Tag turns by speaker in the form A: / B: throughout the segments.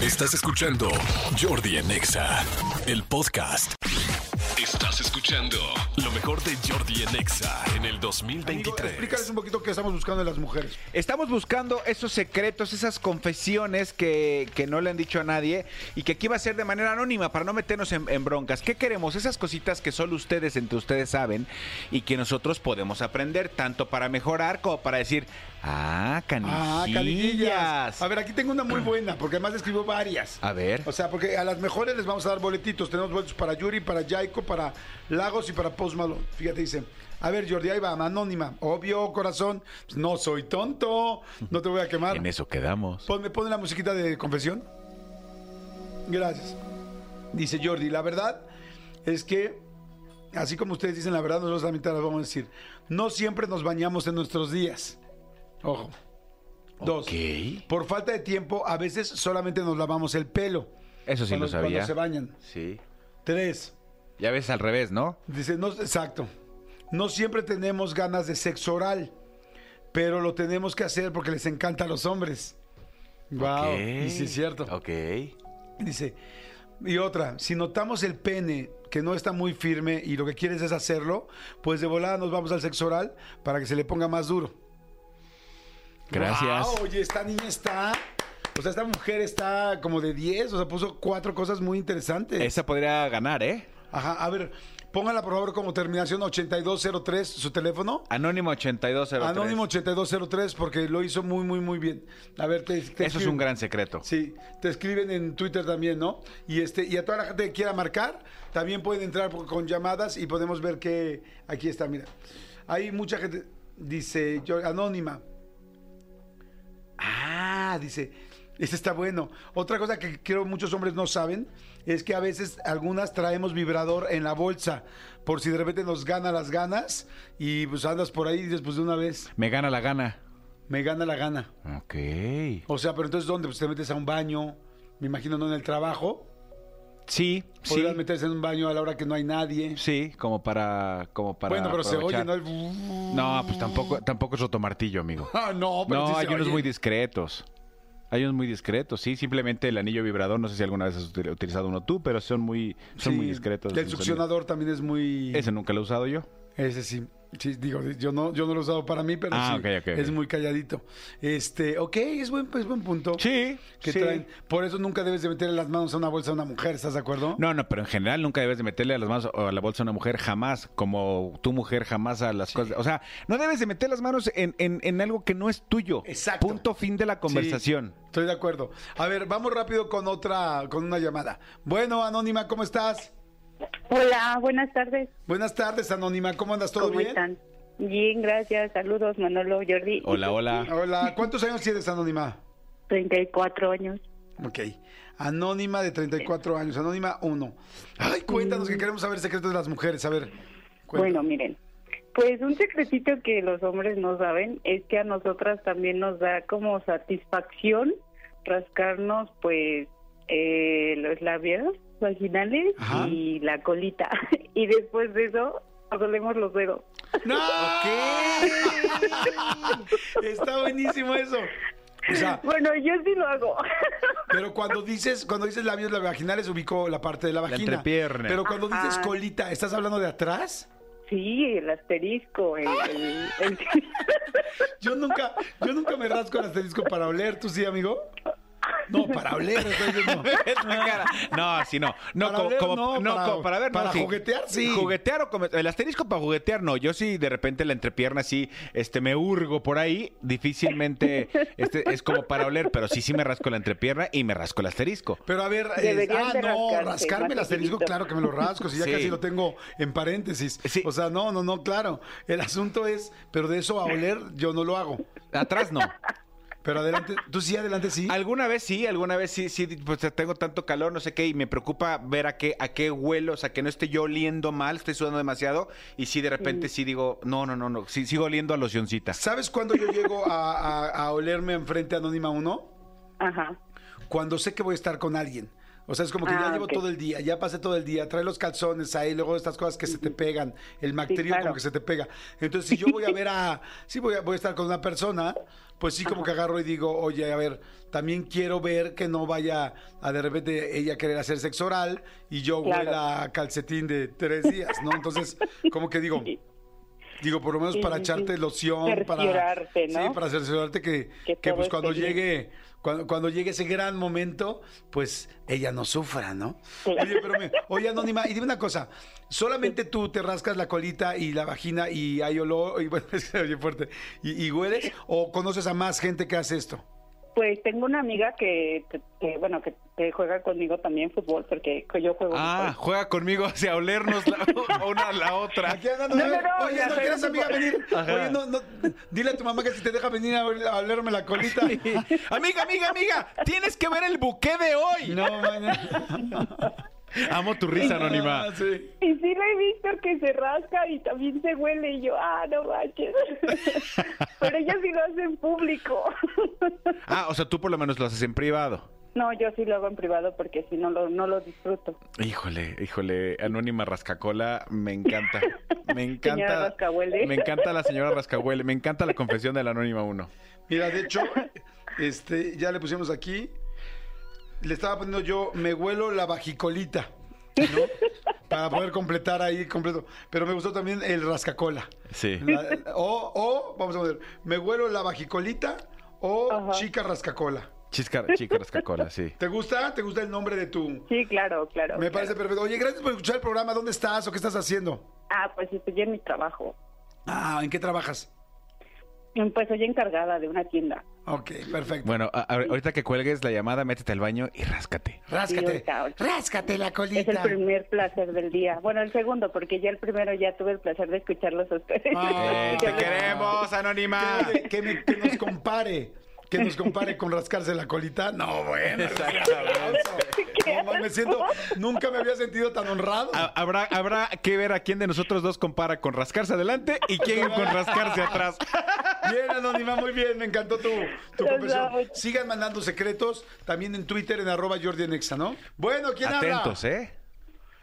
A: Estás escuchando Jordi en Exa, el podcast. Estás escuchando lo mejor de Jordi en Exa en el
B: Amigo,
A: 2023.
B: explícales un poquito qué estamos buscando en las mujeres.
C: Estamos buscando esos secretos, esas confesiones que, que no le han dicho a nadie y que aquí va a ser de manera anónima para no meternos en, en broncas. ¿Qué queremos? Esas cositas que solo ustedes entre ustedes saben y que nosotros podemos aprender tanto para mejorar como para decir, ah,
B: Ah,
C: canillas.
B: canillas. Ah. A ver, aquí tengo una muy buena, porque además escribo varias.
C: A ver.
B: O sea, porque a las mejores les vamos a dar boletitos. Tenemos boletos para Yuri, para Yaiko, para Lagos y para Post Malone. Fíjate, dice. A ver, Jordi, ahí va, anónima. Obvio, corazón. pues, no soy tonto. No te voy a quemar.
C: En eso quedamos.
B: Ponme, ponme la musiquita de confesión. Gracias. Dice Jordi, la verdad es que, así como ustedes dicen la verdad, nosotros también te la vamos a decir. No siempre nos bañamos en nuestros días. Ojo. Dos.
C: Ok.
B: Por falta de tiempo, a veces solamente nos lavamos el pelo.
C: Eso sí
B: cuando,
C: lo sabía.
B: Cuando se bañan.
C: Sí.
B: Tres.
C: Ya ves al revés, ¿no?
B: Dice, no, exacto. No siempre tenemos ganas de sexo oral, pero lo tenemos que hacer porque les encanta a los hombres. Wow. Y sí es cierto.
C: Ok.
B: Dice, y otra, si notamos el pene que no está muy firme y lo que quieres es hacerlo, pues de volada nos vamos al sexo oral para que se le ponga más duro.
C: Gracias.
B: Guau, oye, esta niña está, o sea, esta mujer está como de 10, o sea, puso cuatro cosas muy interesantes.
C: Esa podría ganar, ¿eh?
B: Ajá, a ver, póngala por favor como terminación 8203 su teléfono.
C: Anónimo 8203.
B: Anónimo 8203 porque lo hizo muy, muy, muy bien. A ver, te, te
C: Eso es
B: escribo.
C: un gran secreto.
B: Sí, te escriben en Twitter también, ¿no? Y este y a toda la gente que quiera marcar, también pueden entrar por- con llamadas y podemos ver que aquí está, mira. Hay mucha gente, dice yo, anónima. Ah, dice, este está bueno. Otra cosa que creo muchos hombres no saben es que a veces algunas traemos vibrador en la bolsa por si de repente nos gana las ganas y pues andas por ahí y después de una vez
C: Me gana la gana.
B: me gana la gana.
C: Ok.
B: O sea, pero entonces, ¿dónde? Pues te metes a un baño, me imagino, no en el trabajo.
C: Sí, sí.
B: Podrías meterse en un baño a la hora que no hay nadie.
C: Sí, como para. Como para
B: bueno, pero se oye,
C: aprovechar.
B: ¿no? El-
C: No, pues tampoco, tampoco es otro martillo, amigo.
B: Ah, no, pero
C: no,
B: sí se
C: hay unos
B: oye.
C: muy discretos. Hay unos muy discretos, sí. Simplemente el anillo vibrador, no sé si alguna vez has util- utilizado uno tú, pero son muy, son
B: Sí,
C: muy discretos.
B: El
C: Son-
B: succionador también es muy...
C: Ese nunca lo he usado yo.
B: Ese sí. Sí, digo, yo no, yo no lo he usado para mí, pero sí,
C: Ah, ok, ok,
B: es
C: ok.
B: muy calladito. Este, ok, es buen, es buen punto.
C: Sí,
B: Que
C: sí.
B: traen. Por eso nunca debes de meterle las manos a una bolsa a una mujer, ¿estás de acuerdo?
C: No, no, pero en general nunca debes de meterle a las manos o a la bolsa a una mujer jamás, como tu mujer jamás a las cosas. O sea, no debes de meter las manos en, en- en algo que no es tuyo.
B: Exacto.
C: Punto fin de la conversación.
B: Sí, estoy de acuerdo. A ver, vamos rápido con otra, con una llamada. Bueno, Anónima, ¿cómo estás?
D: Hola, buenas tardes.
B: Buenas tardes, Anónima, ¿cómo andas? ¿Todo
D: ¿Cómo
B: bien?
D: están? Bien, gracias. Saludos, Manolo, Jordi.
C: Hola, hola.
B: Hola, ¿cuántos años tienes, Anónima?
D: 34 años.
B: Ok. Anónima de 34 años, Anónima 1. Ay, cuéntanos que queremos saber secretos de las mujeres, a ver.
D: Mm. Bueno,
B: cuéntanos.
D: miren. Pues un secretito que los hombres no saben es que a nosotras también nos da como satisfacción rascarnos, pues, eh, los labios vaginales
B: Ajá.
D: y la colita. Y después de eso, nos olemos los dedos.
B: ¡No! Está buenísimo eso. O sea,
D: Bueno, yo sí lo hago.
B: pero cuando dices, cuando dices labios vaginales, ubico la parte de la vagina.
C: entrepierna.
B: Pero cuando dices
D: Ajá.
B: colita, ¿estás hablando de atrás?
D: sí, el asterisco. el- el- el...
B: Yo nunca, yo nunca me rasco el asterisco para oler, ¿tú sí, amigo? No, para oler, estoy diciendo.
C: Esa cara. No, así no. No,
B: Para
C: como,
B: ver,
C: como-
B: no,
C: no,
B: para-
C: como para ver, no,
B: para juguetear, sí.
C: Juguetear o comer- el asterisco para juguetear, no. Yo sí de repente la entrepierna sí, este, me hurgo por ahí, difícilmente, este, es como para oler, pero sí sí me rasco la entrepierna y me rasco el asterisco.
B: Pero a ver, eh,
D: Deberían
B: ah,
D: de
B: no,
D: rascarse,
B: rascarme el
D: más
B: asterisco,
D: chiquito.
B: claro que me lo rasco, si ya
C: Sí.
B: casi lo tengo en paréntesis.
C: Sí.
B: O sea, no, no, no, claro. El asunto es, pero de eso a oler yo no lo hago.
C: Atrás no.
B: Pero adelante, tú sí, adelante sí.
C: Alguna vez sí, alguna vez sí, sí, pues tengo tanto calor, no sé qué, y me preocupa ver a qué, a qué huelo, o sea, que no esté yo oliendo mal, estoy sudando demasiado, y sí de repente sí digo, no, no, no, no, sí, sigo oliendo a locioncita.
B: ¿Sabes cuándo yo llego a, a- a olerme enfrente a Anónima 1?
D: Ajá.
B: Cuando sé que voy a estar con alguien. O sea, es como que ya
D: Ah,
B: llevo
D: ok.
B: todo el día, ya pasé todo el día, trae los calzones ahí, luego estas cosas que se te pegan, el mactrío
D: claro.
B: como que se te pega. Entonces, si yo voy a ver a, si voy a, voy a estar con una persona, pues sí como que agarro y digo, oye, a ver, también quiero ver que no vaya a de repente ella querer hacer sexo oral y yo
D: Claro.
B: huela a calcetín de tres días, ¿no? Entonces, como que digo,
D: Sí.
B: digo, por lo menos
D: Sí,
B: para
D: sí,
B: echarte
D: sí.
B: loción, para,
D: Cerciorarte, ¿no?
B: sí, para cerciorarte que,
D: Que
B: que,
D: todo
B: pues cuando
D: esté bien.
B: llegue, cuando, cuando llegue ese gran momento, pues ella no sufra, ¿no?
D: Claro.
B: Oye, pero me- oye, Anónima, y dime una cosa, solamente tú te rascas la colita y la vagina y hay olor, y bueno, es que se oye fuerte, y, y hueles, o conoces a más gente que hace esto.
D: Pues tengo una amiga que, que- que, bueno, que, que juega conmigo también fútbol, porque yo juego
C: Ah,
D: fútbol.
C: juega conmigo hacia olernos la, una a la otra.
B: Aquí andando,
D: No,
B: oye,
D: no, no,
B: oye,
D: ya
B: ¿no
D: soy
B: quieres
D: un
B: amiga
D: tipo-
B: venir?
C: Ajá.
B: Oye, no, no, dile a tu mamá que si te deja venir a, ol- a olerme la colita.
C: Amiga, amiga, amiga, tienes que ver el buqué de hoy.
B: No, mañana.
C: Amo tu risa anónima.
B: sí.
D: Y sí la he visto que se rasca y también se huele y yo, ah, no manches. Pero ella sí lo hace en público.
C: Ah, o sea, tú por lo menos lo haces en privado.
D: No, yo sí lo hago en privado porque si no lo, no lo disfruto.
C: Híjole, híjole, Anónima Rascacola, me encanta. Me encanta.
D: Señora Rascahuele.
C: Me encanta la señora Rascahuele, me encanta la confesión del Anónima 1.
B: Mira, de hecho, este, ya le pusimos aquí. Le estaba poniendo yo, me huelo la bajicolita, ¿no? Para poder completar ahí completo. Pero me gustó también el rascacola.
C: Sí.
B: La- o, o, vamos a poner, me huelo la bajicolita o
D: Ajá.
B: chica rascacola.
C: Chisca, chica Rascacola, sí.
B: ¿Te gusta? ¿Te gusta el nombre de tu?
D: Sí, claro, claro.
B: Me
D: claro.
B: parece perfecto. Oye, gracias por escuchar el programa. ¿Dónde estás o qué estás haciendo?
D: Ah, pues estoy en mi trabajo.
B: Ah, ¿en qué trabajas?
D: Pues soy encargada de una tienda.
B: Ok, perfecto.
C: Bueno, a- a- ahorita que cuelgues la llamada, métete al baño y ráscate.
D: Sí,
B: Ráscate.
D: ahorita, ahorita.
B: Ráscate la
D: Es
B: colita.
D: el primer placer del día. Bueno, el segundo, porque ya el primero ya tuve el placer de escucharlos a ustedes.
B: Ah,
C: Eh,
B: Ay,
C: te
B: no.
C: queremos, Anónima.
B: que, que me- que nos compare. Que nos compare con rascarse la colita. No, bueno. No, mames, me siento, nunca me había sentido tan honrado.
C: Ha- Habrá, habrá que ver a quién de nosotros dos compara con rascarse adelante y quién con rascarse atrás.
B: Bien, Anónima, muy bien. Me encantó tu, tu
D: Los
B: confesión.
D: amo.
B: Sigan mandando secretos también en Twitter, en arroba Jordi en Exa, ¿no? Bueno, ¿quién
C: Atentos,
B: habla?
C: ¿eh?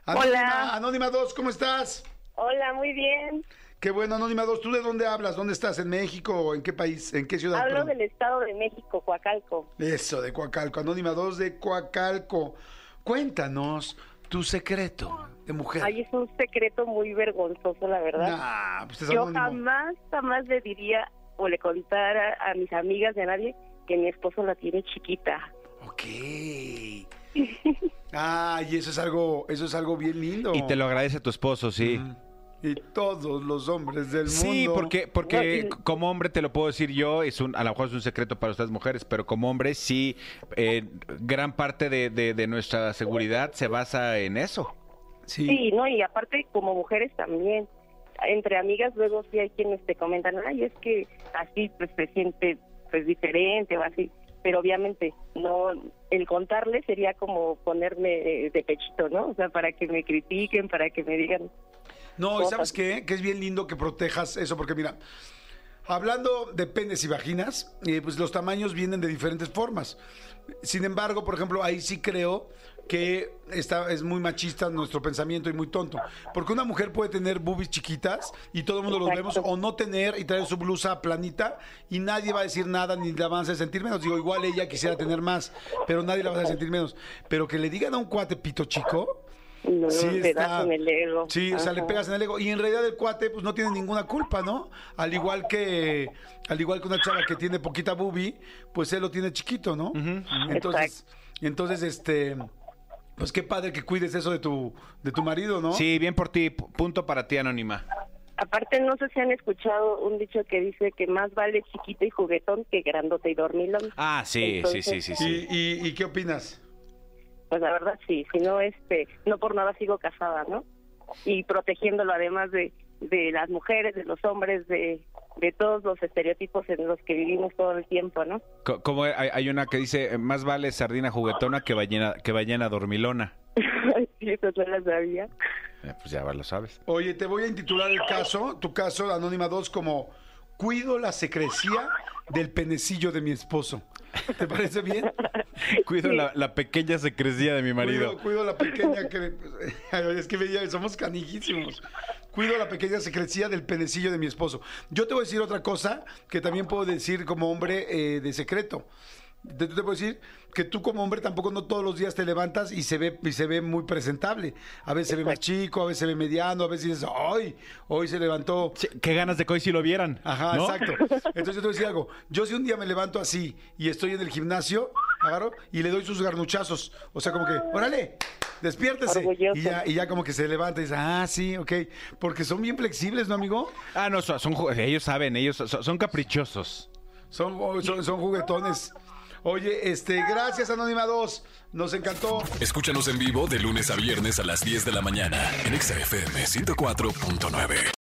B: Anónima,
E: Hola.
B: Anónima 2, ¿cómo estás?
E: Hola, muy bien.
B: Qué bueno, Anónima 2. ¿Tú de dónde hablas? ¿Dónde estás? ¿En México? o ¿En qué país? ¿En qué ciudad?
E: Hablo
B: perdón?
E: del Estado de México, Coacalco.
B: Eso, de Coacalco. Anónima 2 de Coacalco. Cuéntanos tu secreto de mujer.
E: Ay, es un secreto muy vergonzoso, la verdad.
B: Nah, pues es
E: Yo
B: anónimo.
E: jamás, jamás le diría o le contara a mis amigas de nadie que mi esposo la tiene chiquita.
B: Ok. Ay, eso es algo, eso es algo bien lindo.
C: Y te lo agradece tu esposo, sí.
B: Mm. Y todos los hombres del mundo.
C: Sí, porque,
E: No,
C: porque
E: y-
C: c- como hombre te lo puedo decir yo, es un, a lo mejor es un secreto para ustedes mujeres, pero como hombre sí, eh, gran parte de, de- de nuestra seguridad se basa en eso.
B: Sí.
E: Sí. ¿no? Y aparte, como mujeres también. Entre amigas luego sí hay quienes te comentan, ay, es que así pues se siente pues diferente o así. Pero obviamente no, el contarle sería como ponerme eh, de pechito, ¿no? O sea, para que me critiquen, para que me digan,
B: No, ¿y
E: cosas.
B: sabes qué? Que es bien lindo que protejas eso, porque mira, hablando de penes y vaginas, eh, pues los tamaños vienen de diferentes formas. Sin embargo, por ejemplo, ahí sí creo que está, es muy machista nuestro pensamiento y muy tonto. Porque una mujer puede tener boobies chiquitas y todo el mundo los vemos,
E: Exacto.
B: o no tener y traer su blusa planita y nadie va a decir nada ni la van a sentir menos. Digo, igual ella quisiera tener más, pero nadie la va a sentir menos. Pero que le digan a un cuate pito chico,
E: no,
B: Sí,
E: te
B: está-
E: das en el ego.
B: Sí, o sea, le
E: Ajá.
B: pegas en el ego. Y en realidad el cuate, pues no tiene ninguna culpa, ¿no? Al igual que, al igual que una chava que tiene poquita bubi, pues él lo tiene chiquito, ¿no? Entonces, entonces, este, pues qué padre que cuides eso de tu, de tu marido, ¿no?
C: Sí, bien por ti, pu- punto para ti, Anónima.
E: Aparte, no sé si han escuchado un dicho que dice que más vale chiquito y juguetón que grandote y dormilón.
C: Ah, sí,
E: Entonces,
C: sí, sí, sí,
B: ¿Y,
C: sí.
B: y- y qué opinas?
E: Pues la verdad sí, si no, este, no por nada sigo casada, ¿no? Y protegiéndolo además de, de las mujeres, de los hombres, de, de todos los estereotipos en los que vivimos todo el tiempo, ¿no?
C: Co- Como hay, hay una que dice, más vale sardina juguetona que ballena, que ballena dormilona.
E: Y eso no lo sabía.
C: Eh, pues ya lo sabes.
B: Oye, te voy a intitular el caso, tu caso, Anónima 2, como Cuido la secrecía del penecillo de mi esposo. ¿Te parece bien?
C: Cuido la, la pequeña secrecía de mi marido.
B: Cuido, cuido la pequeña que... Es que veía, somos canijísimos. Cuido la pequeña secrecía del penecillo de mi esposo. Yo te voy a decir otra cosa que también puedo decir como hombre eh, de secreto. Te, te puedo decir que tú como hombre tampoco no todos los días te levantas y se ve y se ve muy presentable. A veces se ve más chico, a veces se ve mediano, a veces dices, ¡ay! Hoy se levantó
F: Che, Qué ganas de que hoy si lo vieran.
B: Ajá,
F: ¿no?
B: exacto. Entonces yo te voy a decir algo. Yo si un día me levanto así y estoy en el gimnasio, agarro y le doy sus garnuchazos. O sea, como que, órale, despiértese.
E: Orgulloso.
B: Y ya, y ya como que se levanta y dice, ah, sí, ok. Porque son bien flexibles, ¿no, amigo?
C: Ah, no, son, son ju- ellos saben, ellos son, son caprichosos.
B: Son, son, son juguetones. Oye, este, gracias Anónima 2. Nos encantó.
A: Escúchanos en vivo de lunes a viernes a las 10 de la mañana en Exa FM 104.9.